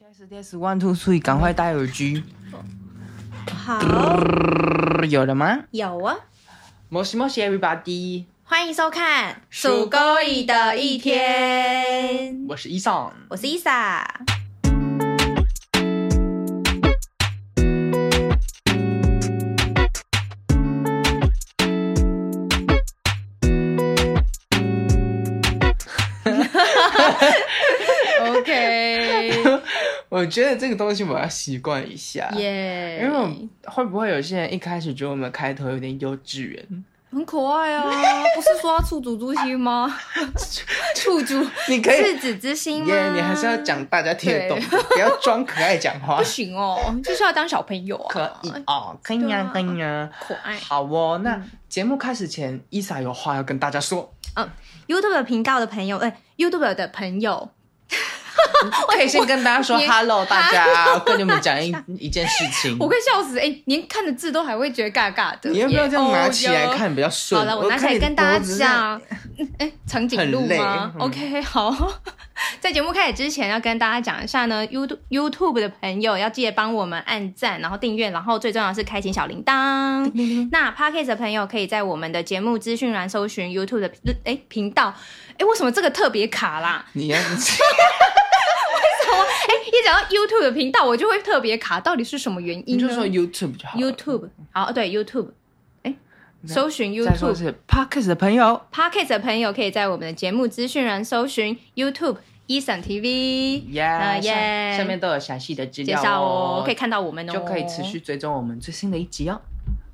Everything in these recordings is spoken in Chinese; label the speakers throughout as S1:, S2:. S1: test test one two three，赶快戴耳机。
S2: 好，
S1: 有了吗？
S2: 有啊，
S1: 摩西摩西，everybody，
S2: 欢迎收看《
S1: 属
S2: 狗蚁的一天》，
S1: 我是伊尚。
S2: 我是伊莎。
S3: OK，
S1: 我觉得这个东西我要习惯一下
S3: 耶、
S1: 因为我会不会有些人一开始觉得我们开头有点幼稚 园？
S3: 很可爱啊！不是说处主之心吗？处主
S1: 你可以
S3: 赤子之心吗
S1: 耶你还是要讲大家听得懂，不要装可爱讲 话
S3: 不。行哦，就是要当小朋友啊，
S1: 可以哦，可以
S3: 对
S1: 啊
S3: 啊，
S1: 可以啊。
S3: 可爱。
S1: 好哦，那节目开始前，伊莎有话要跟大家说。
S2: YouTube 频道的朋友，哎、y o u t u b e 的朋友，
S1: 可 以哎先跟大家说
S3: 你
S1: “hello”，大 家，我跟你们讲一一件事情。
S3: 我快笑死！哎、连看的字都还会觉得尬尬的。
S1: 你要不要
S3: 耶
S1: 这样拿
S3: 哦
S1: 起来
S3: 哟
S1: 看比较顺？
S3: 哦好了，我拿起
S1: 看
S3: 来
S1: 你
S3: 跟大
S1: 脖
S3: 家
S1: 子
S3: 讲，哎，长颈鹿
S1: 很累
S3: 吗、
S1: 嗯
S3: o k 好。在节目开始之前，要跟大家讲一下呢，YouTube YouTube 的朋友要记得帮我们按赞，然后订阅，然后最重要的是开启小铃铛。
S1: 嗯
S3: 那 Podcast 的朋友可以在我们的节目资讯栏搜寻 YouTube 的哎频道。哎，为什么这个特别卡啦？
S1: 你 要
S3: 哎，一讲到 YouTube 的频道，我就会特别卡，到底是什么原因
S1: 你
S3: 呢？
S1: 就说 YouTube 就好了。
S3: YouTube 好，对 YouTube，哎，搜寻
S1: 再说
S3: YouTube 啊
S1: 是 Podcast 的朋友，
S3: Podcast 的朋友可以在我们的节目资讯栏搜寻 YouTube 一闪 TV，
S1: 耶
S3: 呃
S1: 下
S3: 耶
S1: 下面都有详细的资
S3: 介
S1: 料
S3: 绍
S1: 哦
S3: 哦，，可以看到我们哦，
S1: 就可以持续。追踪我们最新的一集哦。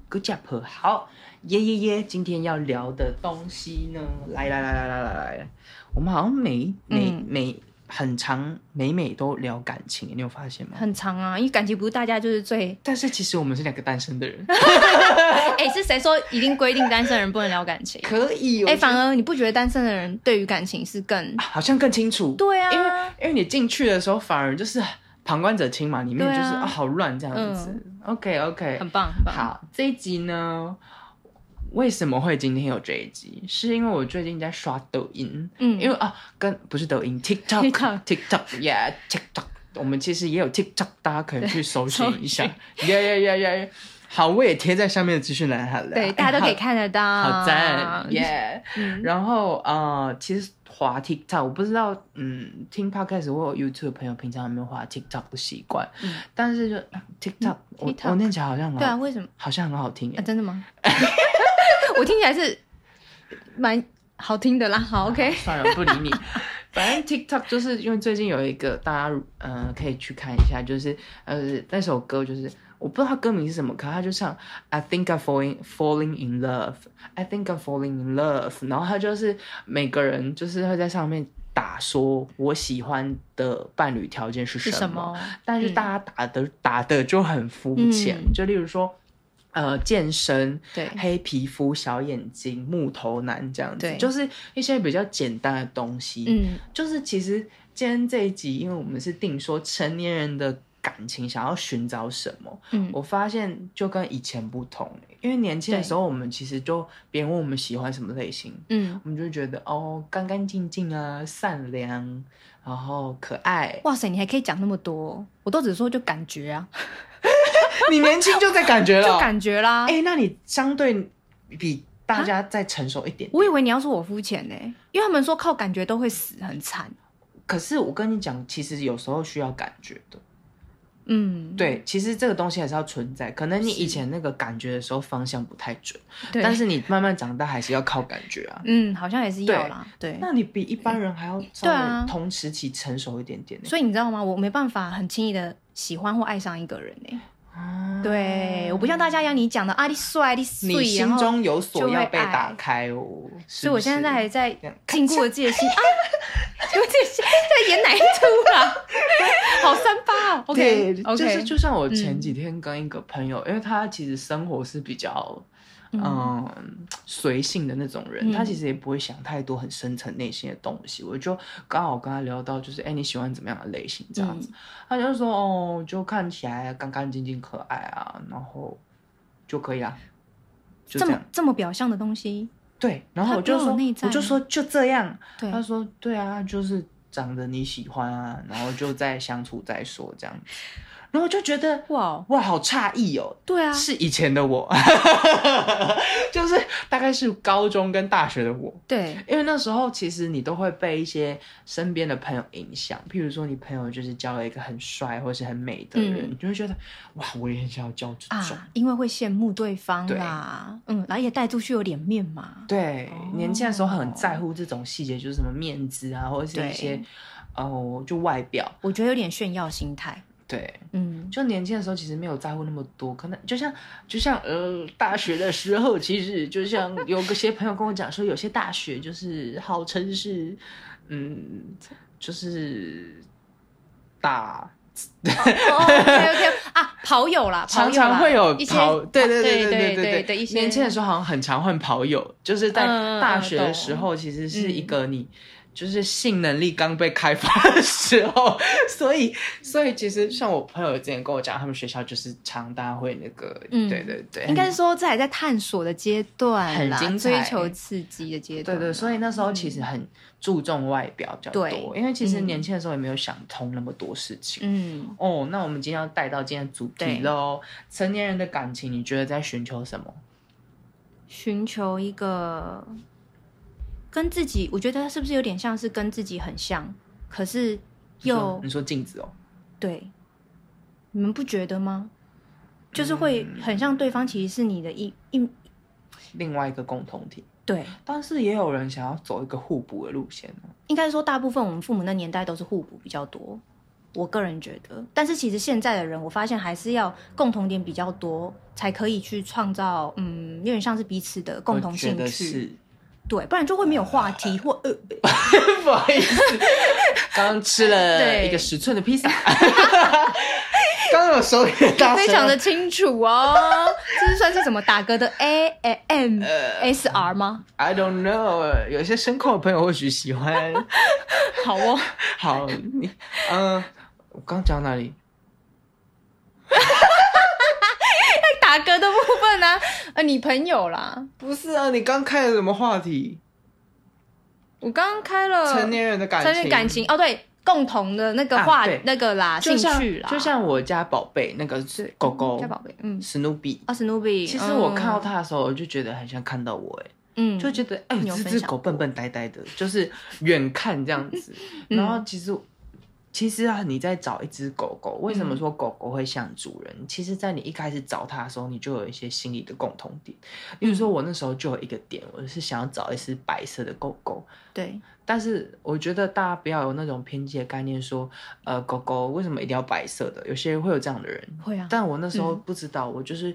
S1: Good job，好，耶耶耶！今天要聊的东西呢，来来来来来来来，我们好像每每
S3: 嗯
S1: 每很长每每都聊感情，你有发现吗？
S3: 很长啊，因为感情不是大家就 是最
S1: 但是其实我们是两个单身的 人，？
S3: 哎、是谁说一定规定单身人不能聊感情
S1: 可以
S3: 哎、
S1: 我觉
S3: 反
S1: 得
S3: 而你不觉得单身的人对于感情是更
S1: 啊好像更清楚，
S3: 对啊？
S1: 因为因为你进去的时候反而就是旁观者清嘛，里面
S3: 对啊嗯
S1: 就是啊好乱这样子。OK OK，
S3: 很棒，很棒。
S1: 好，这一集呢，为什么会今天有这一集？是因为我最近在刷抖音，
S3: 嗯
S1: 因为啊，跟不是抖音
S3: TikTok
S1: ，TikTok，TikTok，yeah，TikTok，我们其实也有 TikTok，大家可以去搜寻一下，yeah yeah yeah yeah。好，我也贴在上面的资讯栏好了，
S3: 对，大家都可以看得到，
S1: 哎好赞耶
S3: 嗯
S1: 然后呃，其实滑 TikTok，我不知道，嗯，听 podcast 或 YouTube 的朋友平常有没有滑 TikTok 的习惯，
S3: 嗯
S1: 但是就啊 TikTok，、我
S3: TikTok
S1: 我念起来好像很好
S3: 对啊，为什么
S1: 好像很好听耶
S3: 啊？真 的吗？我听起来是蛮好听的啦。好，OK，
S1: 算了，不理你。 反正 TikTok 就是因为最近有一个大家呃可以去看一下，就是呃那首歌就是我不知道它歌名是什么，可它就唱 I think I'm falling falling in love, I think I'm falling in love，然后它就是每个人就是会在上面打说我喜欢的伴侣条件是
S3: 是什么？
S1: 但是大家打的、打的就很肤浅，
S3: 嗯
S1: 就例如说，呃，健身、
S3: 对
S1: 黑皮肤、小眼睛、木头男这样子，
S3: 对
S1: 就是一些比较简单的东西。
S3: 嗯，
S1: 就是其实今天这一集，因为我们是定说成年人的感情想要寻找什么，
S3: 嗯
S1: 我发现就跟以前不同，因为年轻的
S3: 对
S1: 时候，我们其实就别人问我们喜欢什么类型，
S3: 嗯，
S1: 我们就觉得哦，干干净净啊，善良，然后可爱，
S3: 哇塞，你还可以讲那么多，我都只说就感觉啊，
S1: 你年轻就在感觉了，
S3: 就感觉啦。
S1: 哎、那你相对比大家再成熟一点。
S3: 我以为你要说我肤浅呢，因为他们说靠感觉都会死，很惨。
S1: 可是我跟你讲，其实有时候需要感觉的。
S3: 嗯，
S1: 对，其实这个东西还是要存在。可能你
S3: 是
S1: 以前那个感觉的时候方向不太准，
S3: 对，
S1: 但是你慢慢长大还是要靠感觉 啊。
S3: 嗯，好像也是要啦，对。
S1: 那你比一般人还要稍
S3: 对啊
S1: 微同时期成熟一点点、欸。
S3: 所以你知道吗？我没办法很轻易的喜欢或爱上一个人呢。
S1: 啊
S3: 对，我不像大家一样，你讲的啊，你帅，你碎，
S1: 你
S3: 然
S1: 心
S3: 后
S1: 中有
S3: 就
S1: 所
S3: 会
S1: 要被
S3: 爱
S1: 打开哦。是
S3: 所以我
S1: 不
S3: 现在
S1: 是
S3: 还在
S1: 这样
S3: 禁锢了自 己的心啊， 我自己在演哪一出啦？ 好三八哦，OK
S1: 对就是
S3: OK，
S1: 就像我前
S3: 嗯
S1: 几天跟一个朋友，因为他其实生活是比较嗯随性的那种人，
S3: 嗯
S1: 他其实也不会想太多很深层内心的东西。我就刚好跟他聊到，就是哎、你喜欢怎么样的类型这样子，
S3: 嗯
S1: 他就说哦，就看起来干干净净、可爱啊，然后就可以啦，就这
S3: 这么
S1: 样。
S3: 这么表象的东西，
S1: 对，然后
S3: 他
S1: 我就
S3: 不用
S1: 说
S3: 有内，在
S1: 我就
S3: 吗
S1: 说就这样，
S3: 对，
S1: 他说：“对啊，就是长得你喜欢啊，然后就再相处再说这样子。然后就觉得
S3: 哇哦，
S1: 哇，好诧异哦，
S3: 对啊，
S1: 是以前的我， 就是大概是高中跟大学的我，
S3: 对，
S1: 因为那时候其实你都会被一些身边的朋友影响，譬如说你朋友就是交了一个很帅或是很美的人，
S3: 嗯
S1: 你就会觉得哇，我也很想要交这种。
S3: 啊，因为会羡慕对方啦，嗯，然后也带出去有脸面嘛，
S1: 对，
S3: 哦
S1: 年轻的时候很在乎这种细节，就是什么面子啊，或者是一些
S3: 对
S1: 哦，就外表。
S3: 我觉得有点炫耀心态，
S1: 对，
S3: 嗯，
S1: 就年轻的时候其实没有在乎那么多，可能就像就像呃，大学的时候，其实就像有个些朋友跟我讲说，有些大学就是号称是嗯，就是大
S3: 哦，OK OK 啊，跑友啦，
S1: 常
S3: 跑友啦
S1: 常会有
S3: 一些
S1: 跑，对对
S3: 对
S1: 对
S3: 对
S1: 对
S3: 的一些
S1: 年轻的时候好像很常换跑友，就是在
S3: 嗯嗯
S1: 大学的时候，其实是一个你就是性能力刚被开发的时候， 所以所以其实像我朋友之前跟我讲，他们学校就是常大家会那个，
S3: 嗯
S1: 对对对，
S3: 应该是说这还在探索的阶段啦，
S1: 很精彩
S3: 追求刺激的阶
S1: 对
S3: 段啦，
S1: 对，所以那时候其实很注重外表比较多，
S3: 嗯对
S1: 因为其实
S3: 嗯
S1: 年轻的时候也没有想通那么多事情。
S3: 嗯，
S1: 哦，那我们今天要带到今天的主
S3: 对
S1: 题喽。成年人的感情，你觉得在寻求什么？
S3: 寻求一个跟自己，我觉得是不是有点像是跟自己很像，可是
S1: 你说
S3: 又
S1: 你说镜子哦，
S3: 对，你们不觉得吗？就是会
S1: 嗯
S3: 很像对方，其实是你的一一
S1: 另外一个共同体。
S3: 对，
S1: 但是也有人想要走一个互补的路线哦
S3: 应该说大部分我们父母那年代都是互补比较多，我个人觉得。但是其实现在的人，我发现还是要共同点比较多，才可以去创造，嗯，有点像是彼此的共同兴
S1: 我觉得
S3: 趣，
S1: 是，
S3: 对，不然就会没有话题或呃，
S1: 不好意思，刚刚吃了
S3: 对
S1: 一个十寸的披萨， 刚刚有手语大声吗，
S3: 非常的清楚哦。这是算是什么打嗝的 A A M
S1: 呃
S3: S R 吗？
S1: I don't know，有些声控的朋友或许喜欢。
S3: 好哦，
S1: 好，你嗯、呃我刚讲哪里？
S3: 打嗝的部分呢、呃，你朋友啦，
S1: 不是啊，你刚开了什么话题？
S3: 我刚刚开了
S1: 成年人的感情，
S3: 成年感情哦，对，共同的那个
S1: 啊
S3: 话、
S1: 对
S3: 那个啦，
S1: 就
S3: 兴
S1: 像
S3: 趣啦，
S1: 就像我家宝贝那个
S3: 对
S1: 狗狗
S3: 家宝贝，嗯，
S1: 史努比。
S3: 啊，史努比。
S1: 其实我看到它的时候，我就觉得很像看到我哎、
S3: 嗯，嗯，
S1: 就觉得哎，
S3: 你有
S1: 这
S3: 分
S1: 只
S3: 享
S1: 狗笨笨呆呆的， 就是远看这样 子。
S3: 嗯
S1: 然后其实其实啊，你在找一只狗狗，为
S3: 嗯
S1: 什么说狗狗会像主人？其实，在你一开始找它的时候，你就有一些心理的共同点。比如说，我那时候就有一个点，我是想要找一只白色的狗狗。
S3: 对，
S1: 但是我觉得大家不要有那种偏激的概念说呃，狗狗为什么一定要白色的？有些人会有这样的人，
S3: 会啊，
S1: 但我那时候
S3: 嗯
S1: 不知道，我就是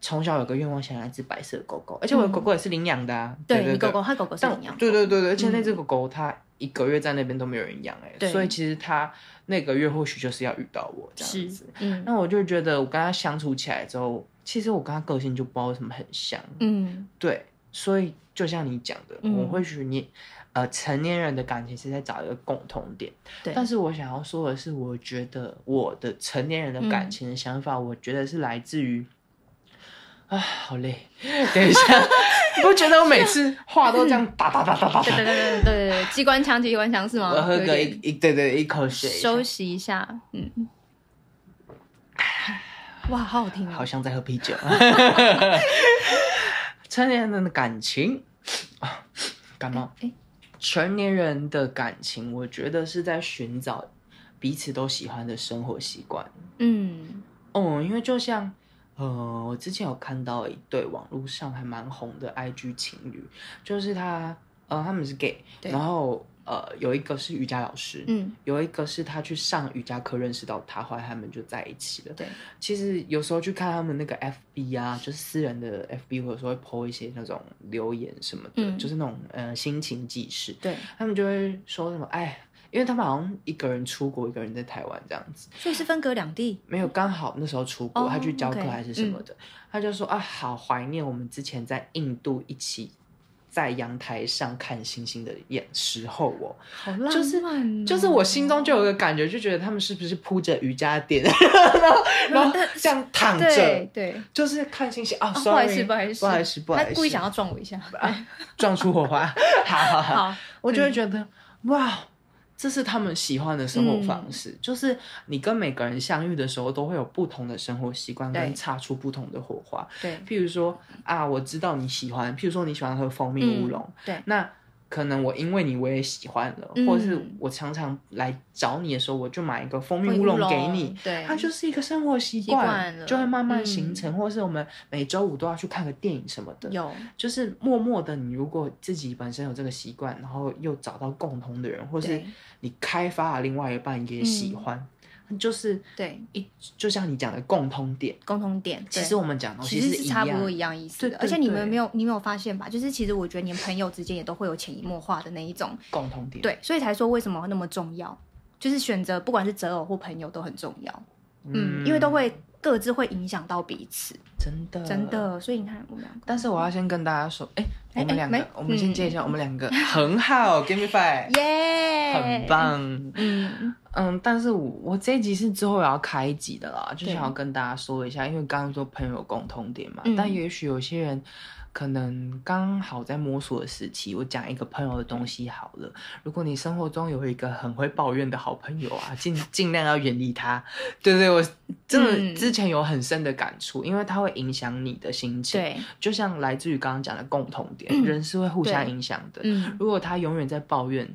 S1: 从小有个愿望，想要一只白色的狗狗，而且我的狗狗也是领养的啊。
S3: 嗯对
S1: 对
S3: 你狗
S1: 对
S3: 狗，它狗狗是
S1: 但
S3: 领养，
S1: 对对对对，而且
S3: 嗯
S1: 那只狗狗它一个月在那边都没有人养哎、
S3: 对
S1: 所以其实它那个月或许就是要遇到我这样
S3: 是
S1: 子。，
S3: 嗯
S1: 那我就觉得我跟它相处起来之后，其实我跟它个性就不知道为什么很像。
S3: 嗯，
S1: 对，所以就像你讲的，
S3: 嗯
S1: 我会许你，呃，成年人的感情是在找一个共同点。
S3: 对，
S1: 但是我想要说的是，我觉得我的成年人的感情的想法，我觉得是来自于，啊，好累。等一下， 你不觉得我每次话都这样打打打打打
S3: 对
S1: 打？
S3: 对对对对对，机关枪，机关枪是吗？
S1: 我喝
S3: 有
S1: 个一
S3: 点
S1: 一对对一口水，
S3: 休息一下，嗯，哇，好好听
S1: 好
S3: 哦，
S1: 像在喝啤酒。 成年人的感情，啊感冒。
S3: 哎，
S1: 成年人的感情，我觉得是在寻找彼此都喜欢的生活习惯。
S3: 嗯
S1: 哦，因为就像，呃，我之前有看到一对网络上还蛮红的 IG 情侣，就是他，呃，他们是 gay，
S3: 对
S1: 然后呃，有一个是瑜伽老师，
S3: 嗯，
S1: 有一个是他去上瑜伽课认识到他，后来他们就在一起了。
S3: 对，
S1: 其实有时候去看他们那个 FB 啊，就是私人的 FB，或者说会 po 一些那种留言什么的，
S3: 嗯
S1: 就是那种呃心情记事，
S3: 对，
S1: 他们就会说什么哎，因为他们好像一个人出国，一个人在台湾这样子，
S3: 所以是分隔两地，
S1: 没有刚好那时候出国，
S3: 哦
S1: 他去教课
S3: OK，嗯
S1: 还是什么的，他就说啊，好怀念我们之前在印度一起。在阳台上看星星的眼时候哦，
S3: 好浪漫哦，
S1: 就是就是我心中就有一个感觉，就觉得他们是不是铺着瑜伽垫， 然后然后这样躺着
S3: 嗯对，对，
S1: 就是看星星啊、
S3: 啊
S1: s
S3: 不
S1: o
S3: 好
S1: r r
S3: 意
S1: y
S3: 思不好意思
S1: 不好意思，不好
S3: 他
S1: 意思，
S3: 故意想要撞我一下，
S1: 撞出火花，好好好，
S3: 好，
S1: 我就会觉得、哇，这是他们喜欢的生活方式，
S3: 嗯
S1: 就是你跟每个人相遇的时候，都会有不同的生活习惯，
S3: 对
S1: 跟擦出不同的火花。
S3: 对
S1: 譬如说啊，我知道你喜欢，譬如说你喜欢喝蜂蜜乌龙、
S3: 对
S1: 那可能我因为你我也喜欢了，
S3: 嗯
S1: 或者是我常常来找你的时候，我就买一个蜂蜜
S3: 会
S1: 乌
S3: 乌
S1: 龙给
S3: 龙
S1: 你。
S3: 嗯对，
S1: 它就是一个生活习
S3: 习惯了
S1: 就会慢慢
S3: 嗯
S1: 形成，或是我们每周五都要去看个电影什么的，
S3: 有
S1: 就是默默的，你如果自己本身有这个习惯，然后又找到共同的人，或是
S3: 对嗯
S1: 你开发了另外一半也喜欢，就是
S3: 对
S1: 一就像你讲的共通点。
S3: 共同点，
S1: 其
S3: 对
S1: 实我们讲的东西
S3: 其实
S1: 一
S3: 是
S1: 样
S3: 差
S1: 的，
S3: 不多一样意思
S1: 对
S3: 的，
S1: 对
S3: 而且你们
S1: 对
S3: 没有，你没有发现吧？就是其实我觉得连朋友之间也都会有潜移默化的那一种，
S1: 共同点。，
S3: 对，所以才说为什么那么重要，就是选择不管是择偶或朋友都很重要，嗯，因为都会各自会影响到彼此，
S1: 真的
S3: 真。的，所以你看我们两个，
S1: 但是我要先跟大家说，哎，
S3: 哎
S1: 我们两个
S3: 哎没，
S1: 我们先介绍，我们两个很好，Give me five，
S3: 耶，
S1: 很，棒。
S3: 嗯，
S1: 嗯，但是我我这一集是之后也要开一集的啦，就
S3: 对
S1: 想要跟大家说一下，因为刚刚说朋友共通点嘛，
S3: 嗯
S1: 但也许有些人可能刚好在摸索的时期，我讲一个朋友的东西好了。如果你生活中有一个很会抱怨的好朋友啊，尽尽量要远离他。对对，我真的
S3: 嗯
S1: 之前有很深的感触，因为它会影响你的心情。，
S3: 对，嗯
S1: 就像来自于刚刚讲的共同点，人是会互相
S3: 对
S1: 影响的。
S3: 嗯，
S1: 如果他永远在抱怨，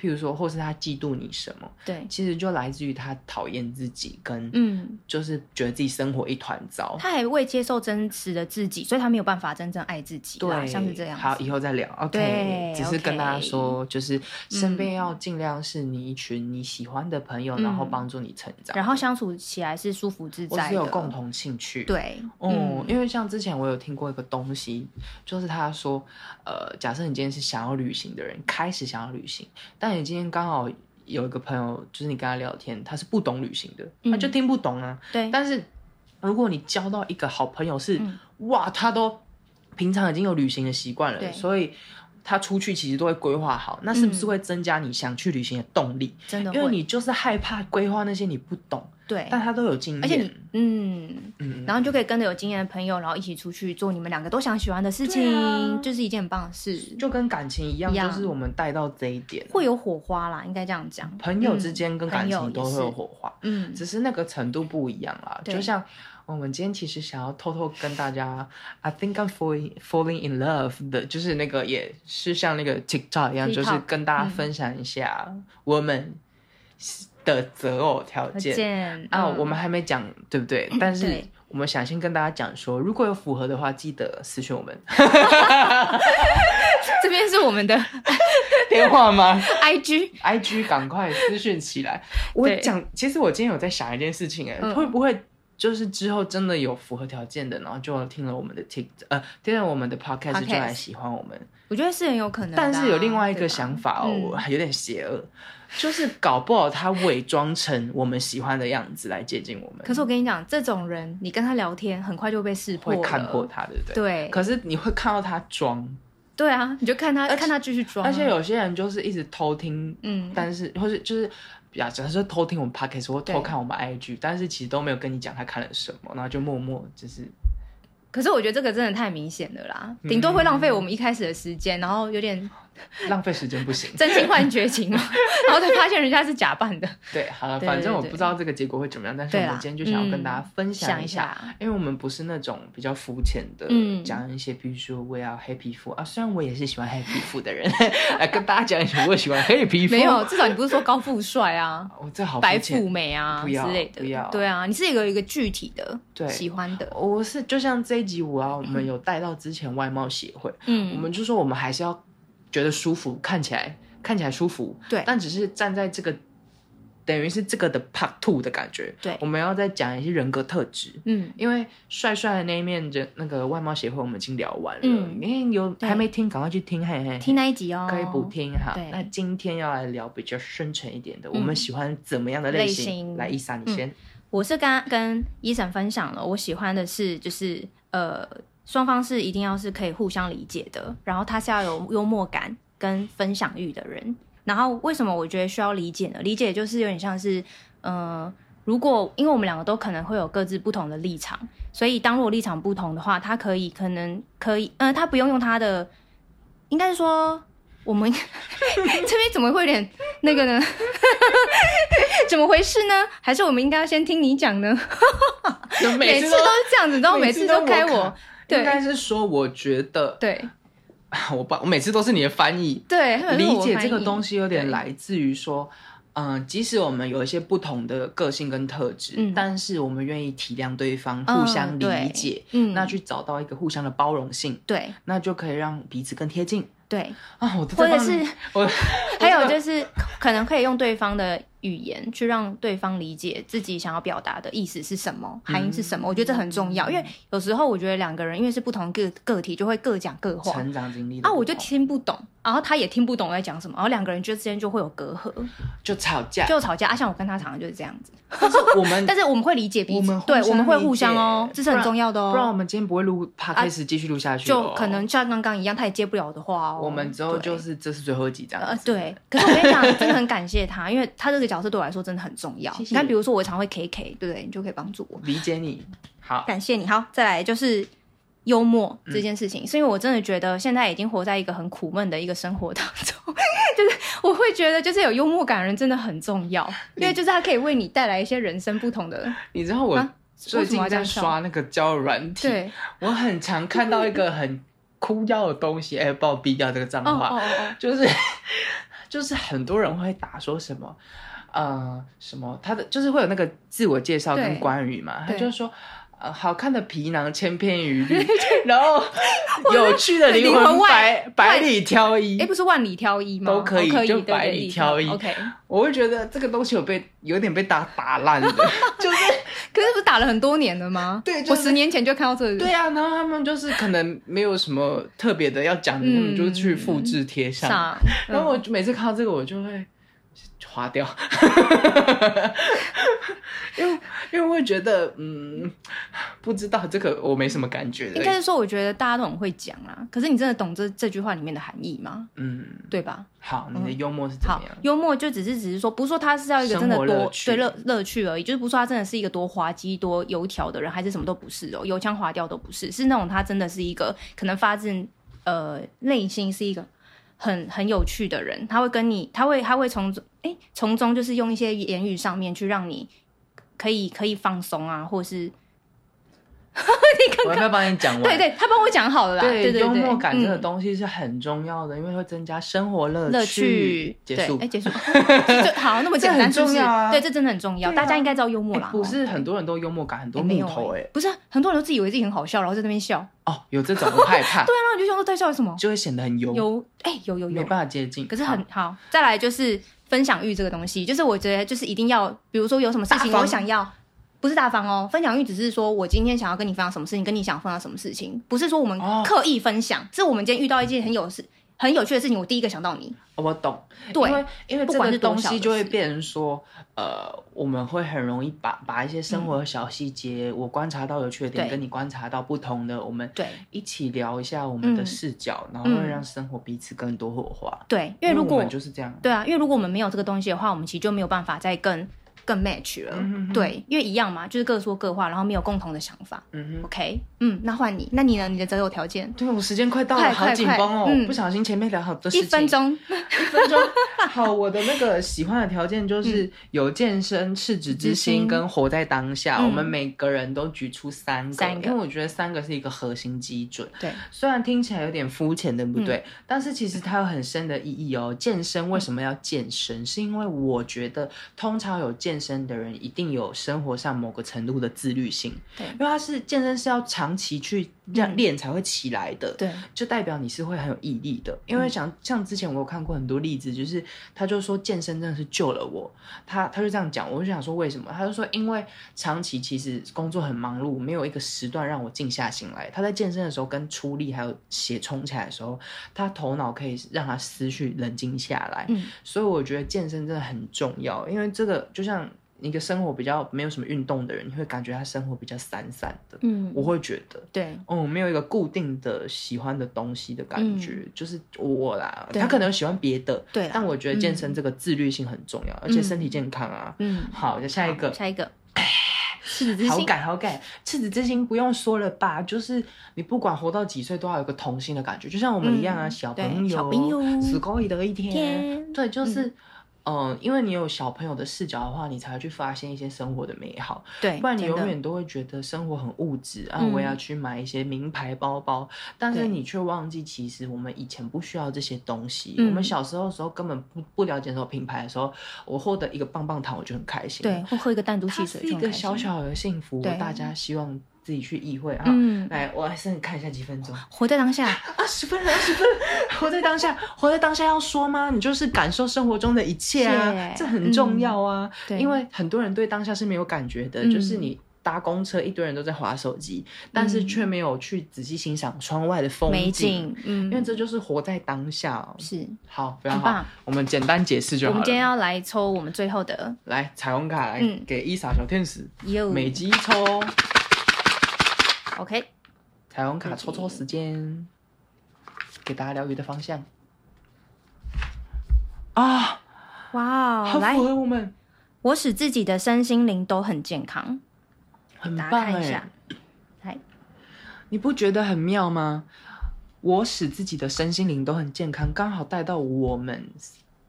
S1: 譬如说，或是他嫉妒你什么。
S3: 对，
S1: 其实就来自于他讨厌自己，跟
S3: 嗯，
S1: 就是觉得自己生活一团糟。
S3: 他还未接受真实的自己，所以他没有办法真正爱自己啦，
S1: 对，
S3: 像是这样子，
S1: 好，以后再聊。OK，
S3: 对
S1: 只是
S3: OK
S1: 跟大家说，就是身边
S3: 嗯
S1: 要尽量是你一群你喜欢的朋友，
S3: 嗯
S1: 然后帮助你成长，
S3: 然后相处起来是舒服自
S1: 我
S3: 在
S1: 是
S3: 的，
S1: 有共同兴趣。。
S3: 对，嗯
S1: 哦、因为像之前我有听过一个东西，就是他说，呃，假设你今天是想要旅行的人，开始想要旅行，但你今天刚好有一个朋友，就是你跟他聊天，他是不懂旅行的，他就
S3: 嗯
S1: 听不懂啊，
S3: 对，
S1: 但是如果你交到一个好朋友是、
S3: 嗯
S1: 哇，他都平常已经有旅行的习惯
S3: 对
S1: 了，所以他出去其实都会规划好，那是不是
S3: 嗯
S1: 会增加你想去旅行的动力？
S3: 真的
S1: 因为
S3: 会，
S1: 你就是害怕规划那些你不懂，
S3: 嗯对，
S1: 但他都有经验，
S3: 而且你嗯，
S1: 嗯，
S3: 然后就可以跟着有经验的朋友，然后一起出去做你们两个都想喜欢的事情，
S1: 对啊
S3: 就是一件很棒的事，
S1: 就跟感情一样，
S3: 一样
S1: 就是我们带到这一点，
S3: 会有火花啦，应该这样讲。嗯
S1: 朋友之间跟感
S3: 朋友
S1: 情
S3: 也
S1: 都会有
S3: 是
S1: 火花，
S3: 嗯，
S1: 只是那个程度不一样啦。
S3: 对
S1: 就像我们今天其实想要偷偷跟大家，I think I'm falling falling in love 的，就是那个也是像那个 TikTok 一样，
S3: TikTok，
S1: 就是跟大家
S3: 嗯
S1: 分享一下我们的择偶条
S3: 再
S1: 件。
S3: 见
S1: 啊，
S3: 嗯
S1: 我们还没讲，对不对？但是
S3: 对
S1: 我们想先跟大家讲说，如果有符合的话，记得私讯我们
S3: 这边是我们的
S1: 电话吗
S3: IG，
S1: ？IG 赶快私讯起 来。我
S3: 对
S1: 讲，其实我今天有在想一件事情、哎、
S3: 嗯
S1: 会不会就是之后真的有符合条件的，然后就听了我们的 Tik 呃，听了我们的 Podcast
S3: Podcast
S1: 就来喜欢我们？
S3: 我觉得是很有可能的啊、
S1: 但是有另外一个
S3: 对吧
S1: 想法哦，
S3: 嗯
S1: 我有点邪恶，就是搞不好他伪装成我们喜欢的样子来接近我们，
S3: 可是我跟你讲，这种人你跟他聊天，很快就被识破
S1: 会
S3: 了，
S1: 看破他，对不对？
S3: 对
S1: 可是你会看到他装，
S3: 对啊，你就看他看他继续装啊、
S1: 而且有些人就是一直偷听，
S3: 嗯，
S1: 但是或是就是。假假设偷听我们 podcast 或偷
S3: 对
S1: 看我们 IG，但是其实都没有跟你讲他看了什么，然后就默默就是
S3: 可是我觉得这个真的太明显了啦，
S1: 嗯
S3: 顶多会浪费我们一开始的时间，然后有点。
S1: 浪费时间不行
S3: 真心换绝 情嘛，然后才发现人家是假扮的。
S1: 对，好了，
S3: 对
S1: 反正
S3: 对
S1: 我
S3: 对
S1: 不知道这个结果会怎么样，但是
S3: 对
S1: 我
S3: 啦嗯
S1: 们今天就 想要跟大家分
S3: 想
S1: 享一下，
S3: 下，
S1: 因为我们不是那种比较肤浅的
S3: 嗯
S1: 讲一些，比如说我也要黑皮肤啊，虽然我也是喜欢黑皮肤的人， 来跟大家讲一下，我也喜欢黑皮肤。
S3: 没有，，至少你不是说高富帅啊、
S1: 我这好
S3: 白
S1: 哦肤浅
S3: 富美啊
S1: 不
S3: 之
S1: 要
S3: 类的
S1: 不要，
S3: 对啊，你是有一个具体的
S1: 对
S3: 喜欢的，
S1: 我是就像这一集我要我们有带到之前外貌协会，
S3: 嗯，
S1: 我们就说我们还是要觉得舒服，看起来看起来舒服，
S3: 对
S1: 但只是站在这个等于是这个的 part two 的感觉，
S3: 对
S1: 我们要再讲一些人格特质，
S3: 嗯
S1: 因为帅帅的那一面人那个外貌协会我们已经聊完了，
S3: 嗯
S1: 因为有
S3: 对
S1: 还没听，赶快去听，嘿嘿，
S3: 听那一集哦，
S1: 可以补听哈
S3: 对。
S1: 那今天要来聊比较深沉一点的，
S3: 嗯
S1: 我们喜欢怎么样的类
S3: 类型
S1: 来，伊莎你先，
S3: 我是刚跟医生分享了，我喜欢的是就是呃，双方是一定要是可以互相理解的，然后他是要有幽默感跟分享欲的人。然后为什么我觉得需要理解呢？理解就是有点像是，呃，如果因为我们两个都可能会有各自不同的立场，所以当如果立场不同的话，他可以可能可以，呃，他不用用他的，应该是说。 我们这边怎么会有点那个呢？怎么回事呢？还是我们应该要先听你讲呢？
S1: 就
S3: 嗯每
S1: 每
S3: 次
S1: 次
S3: 都
S1: 都
S3: 是这样子，你知道吗，每次都开
S1: 我
S3: 我
S1: 卡，，
S3: 对
S1: 应该是说我觉得，
S3: 对
S1: 我把我每次都是你的翻译，
S3: 对，
S1: 理解这个东
S3: 西，
S1: 西有点
S3: 对
S1: 来自于说，嗯、即使我们有一些不同的个性跟特质，
S3: 嗯
S1: 但是我们愿意体谅对方，
S3: 嗯
S1: 互相理
S3: 对
S1: 解，
S3: 嗯，
S1: 那去找到一个互相的包容性，
S3: 对
S1: 那就可以让彼此更贴近
S3: 对，
S1: 啊！我都
S3: 或
S1: 在帮
S3: 者
S1: 你
S3: 是
S1: 我，
S3: 还有
S1: 我
S3: 就
S1: 这
S3: 是可能可以用对方的语言去让对方理解自己想要表达的意思是什么，含义是什
S1: 嗯
S3: 么。我觉得这很重要，因为有时候我觉得两个人因为是不同个个体，就会各讲各话。
S1: 成长经历的
S3: 啊，
S1: 不
S3: 我就
S1: 同
S3: 听不懂，然后他也听不懂我在讲什么，然后两个人就之间就会有隔阂，
S1: 就吵架，
S3: 就吵架。啊，像我跟他常常就是这样子，
S1: 但是我们
S3: 但是我们会理解彼
S1: 我
S3: 此
S1: 们，互
S3: 对，
S1: 相
S3: 我们会
S1: 理
S3: 互相哦
S1: 解，
S3: 这是很
S1: 不然
S3: 重要的
S1: 不然我
S3: 哦。
S1: 们今天不会录 p 开始继续录下去了哦、
S3: 就可能像刚刚一样，他也接不了我的话哦。
S1: 我们之后
S3: 对
S1: 就是这是最后一集这样
S3: 呃，
S1: 子
S3: 对，可是我跟你讲，真的很感谢他，因为他这个角色对我来说真的很重要。
S1: 谢谢
S3: 你看，比如说我常会 K K，对不对？你就可以帮助我，
S1: 理解你好，
S3: 感谢你。好，再来就是幽默这件事情，
S1: 嗯
S3: 是因为我真的觉得现在已经活在一个很苦闷的一个生活当中， 就是我会觉得就是有幽默感的人真的很 重要，因为就是他可以为你带来一些人生不同的
S1: 你知道我
S3: 啊
S1: 最
S3: 为什么
S1: 近
S3: 要这
S1: 在
S3: 样笑
S1: 刷那个交友软体，
S3: 对
S1: 我很常看到一个很枯燥的东西，哎、帮我毙掉这个脏
S3: 哦
S1: 话，
S3: 哦哦
S1: 就是 就是很多人会打说什么。呃，什么？他的就是会有那个自我介绍
S3: 对
S1: 跟关于嘛，他
S3: 对
S1: 就说，呃，好看的皮囊千篇一律， 然 后有趣的灵
S3: 灵魂
S1: 魂
S3: 外
S1: 百
S3: 外
S1: 百里挑一
S3: 哎，诶，不是万里挑一吗？
S1: 都可以
S3: 哦可以
S1: 就
S3: 对对
S1: 百里
S3: 对
S1: 挑一
S3: OK，
S1: 我会觉得这个东西有被有点被打打烂 的，就是
S3: 可是不是打了很多年了吗？
S1: 对就
S3: 我
S1: 是
S3: 十年前就看到这个。
S1: 对啊，然后他们就是可能没有什么特别的要讲的，他们就去复制贴上。
S3: 上，
S1: 然
S3: 嗯
S1: 后我每次看到这个，我就会划 掉，因为因为我会觉得，嗯，不知道这个我没什么感觉
S3: 应
S1: 的，
S3: 该是说，我觉得大家都很会讲啊。可是你真的懂这这句话里面的含义吗？
S1: 嗯，
S3: 对吧？
S1: 好，你的幽默是怎
S3: 嗯好
S1: 么样，？
S3: 幽默就只是只是说，不是说他是要一个真的
S1: 生活
S3: 多
S1: 乐趣
S3: 对乐乐趣而已，就是不是说他真的是一个多滑稽、多油条的人，还是什么都不是哦，油腔滑调都不是，是那种他真的是一个可能发自呃内心是一个很很有趣的人，他会跟你，他会他会从中哎从中就是用一些言语上面去让你可以可以放松啊，或是
S1: 我要不要帮你讲完？
S3: 对对，他帮我讲好了啦，对对对，
S1: 幽默感这
S3: 嗯
S1: 个东西是很重要的，因为会增加生活乐
S3: 乐
S1: 趣
S3: 趣。
S1: 结
S3: 对
S1: 束
S3: 哎，。结束，就好，那么简单，
S1: 这很重要啊
S3: 是不是对，这真的很重要，
S1: 对啊
S3: 大家应该知道幽默啦
S1: 哎。不
S3: 哦
S1: 是很多人都幽默感，很多
S3: 哎没
S1: 木
S3: 有
S1: 头哎、
S3: 不是很多人都自以为自己很好笑，然后在那边笑，
S1: 哦，有这种我害怕，
S3: 对啊，然后你就想说在笑什么？
S1: 就会显得很油，
S3: 有哎，有有
S1: 没
S3: 有，
S1: 办法接近。
S3: 可是很
S1: 好
S3: 好。再来就是分享欲这个东西，就是我觉得就是一定要，比如说有什么事情
S1: 大方
S3: 我想要。不是大方哦，分享欲只是说我今天想要跟你分享什么事情，跟你想分享什么事情，不是说我们
S1: 哦
S3: 刻意分享，是我们今天遇到一件很有事、很有趣的事情，我第一个想到你。
S1: 哦我懂，
S3: 对
S1: 因为因为
S3: 不
S1: 这
S3: 管
S1: 个
S3: 是多
S1: 东
S3: 小的
S1: 西就会
S3: 事
S1: 变成说，呃，我们会很容易把把一些生活的小细节，我观察到有趣的点，
S3: 嗯对
S1: 跟你观察到不同的，我们
S3: 对
S1: 一起聊一下我们的
S3: 嗯
S1: 视角，然后会
S3: 嗯
S1: 让生活彼此更多火花。
S3: 对，因为如
S1: 我
S3: 果
S1: 们就是这样，
S3: 对啊，因为如果我们没有这个东西的话，我们其实就没有办法再更更 match 了。
S1: 嗯哼哼
S3: 对，因为一样嘛，就是各说各话，然后没有共同的想法。
S1: 嗯哼。
S3: OK，嗯，那换你，那你呢？你的择偶条件？
S1: 对，我时间快到
S3: 快
S1: 了，好
S3: 快
S1: 紧
S3: 快
S1: 绷哦！
S3: 嗯
S1: 不小心前面聊好多事
S3: 一
S1: 情，
S3: 分钟，
S1: 一分钟。 好，我的那个喜欢的条件就是有健身、赤子之
S3: 嗯
S1: 心跟活在当下。
S3: 嗯
S1: 我们每个人都举出三个，
S3: 三个
S1: 因为我觉得三个是一个核心基准。
S3: 对，
S1: 虽然听起来有点肤浅，对不对？
S3: 嗯
S1: 但是其实它有很深的意义哦。健身为什么要健身？是因为我觉得，通常有健身的人一定有生活上某个程度的自律性，
S3: 对嗯
S1: 因为他是健身是要长期去让练才会起来的，
S3: 对，
S1: 就代表你是会很有毅力的。因为像像之前我有看过很多例子，就是他就说健身真的是救了我，他他就这样讲，我就想说为什么？他就说因为长期其实工作很忙碌，没有一个时段让我静下心来。他在健身的时候跟出力还有血冲起来的时候，他头脑可以让他思绪冷静下来。
S3: 嗯，
S1: 所以我觉得健身真的很重要，因为这个就像一个生活比较没有什么运动的人，你会感觉他生活比较散散的。
S3: 嗯
S1: 我会觉得。
S3: 对，
S1: 哦，没有一个固定的喜欢的东西的感觉，就是我啦，
S3: 嗯对嗯
S1: 他可能有喜欢别的，
S3: 对啦
S1: 但我觉得健身这个自律性很重要，而且身体健康啊。
S3: 嗯，
S1: 好，就下一个
S3: 好下一个，
S2: 赤子之
S1: 好
S2: 心，
S1: 感好感，赤子之心不用说了吧？就是你不管活到几岁，都要有个童心的感觉，就像我们一样啊，
S3: 嗯
S1: 小
S3: 对
S1: 朋友，
S3: 小朋友
S1: 死狗里的一天，
S3: 天
S1: 对，就是。嗯因为你有小朋友的视角的话，你才会去发现一些生活的美好，
S3: 对，
S1: 不然你
S3: 哎真的
S1: 永远都会觉得生活很物质啊，
S3: 嗯
S1: 我也要去买一些名牌包包，但是
S3: 对
S1: 你却忘记，其实我们以前不需要这些东西。
S3: 嗯
S1: 我们小时候的时候根本不不了解什么品牌的时候，我获得一个棒棒糖我就很开心，
S3: 对，会喝一个单独
S1: 它
S3: 汽
S1: 是
S3: 水，
S1: 一
S3: 这种
S1: 个
S3: 感觉
S1: 小小的幸福，
S3: 对
S1: 大家希望自己去意会啊。
S3: 嗯，
S1: 来，我还是看一下几分钟，
S3: 活在当下，
S1: 二十分了，二十分了， 活在当下，活在当下要说吗？你就是感受生活中的一切啊，
S3: 是
S1: 这很重要啊。
S3: 对，
S1: 因为很多人对当下是没有感觉的，
S3: 嗯嗯
S1: 就是你搭公车，一堆人都在划手机，但是却没有去仔细欣赏窗外的风
S3: 美景，嗯，
S1: 因为这就是活在当下、哦。
S3: 是
S1: 好，非常
S3: 很
S1: 好
S3: 棒，
S1: 我们简单解释就
S3: 我
S1: 好
S3: 们今天
S1: 了。
S3: 要来抽我们最后的
S1: 来，彩虹卡来、
S3: 嗯
S1: 给伊莎小天使，
S3: 哟
S1: 每集一抽。
S3: ，OK，
S1: 彩虹卡
S3: 自己
S1: 抽抽时间，给大家疗愈的方向。啊，
S3: 哇
S1: 好
S3: 哦，来
S1: 符，合我们，
S3: 我使自己的身心灵都很健康，
S1: 很
S3: 大
S1: 棒
S3: 家看一
S1: 哎
S3: 下！，来，
S1: 你不觉得很妙吗？我使自己的身心灵都很健康，刚好带到我们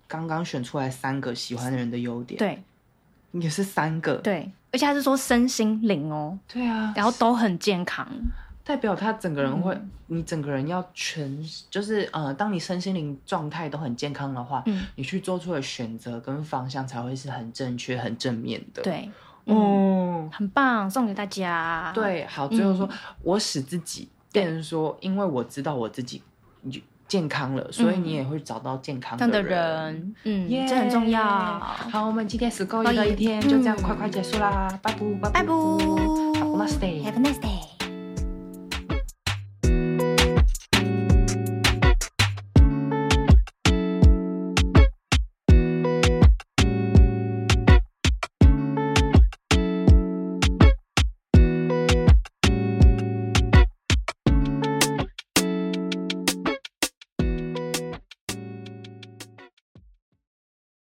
S1: 刚刚选出来三个喜欢的人的优点，，
S3: 对
S1: 也是三个，
S3: 对，而且他是说身心灵哦，
S1: 对啊，
S3: 然后嗯都很健康，
S1: 代表他整个人会，你整个人要全，就是呃，当你身心灵状态都很健康的话，
S3: 嗯，
S1: 你去做出的选择跟方向才会是很正确、很正面的，。
S3: 对，嗯，
S1: 哦，
S3: 很棒，送给大家，，
S1: 对，好，
S3: 嗯
S1: 最后说，我使自己
S3: 对
S1: 变成说，因为我知道我自己健康了，所以
S3: 嗯
S1: 你也会找到健康
S3: 这样的
S1: 人。
S3: 人，嗯，
S1: 耶
S3: 这很重要，
S1: 好，我们今天死够一
S3: 到
S1: 个
S3: 一
S1: 一天，就这样快快结束啦，拜拜拜
S3: 嗯拜拜
S1: 好，Namaste
S3: ，Have a nice day。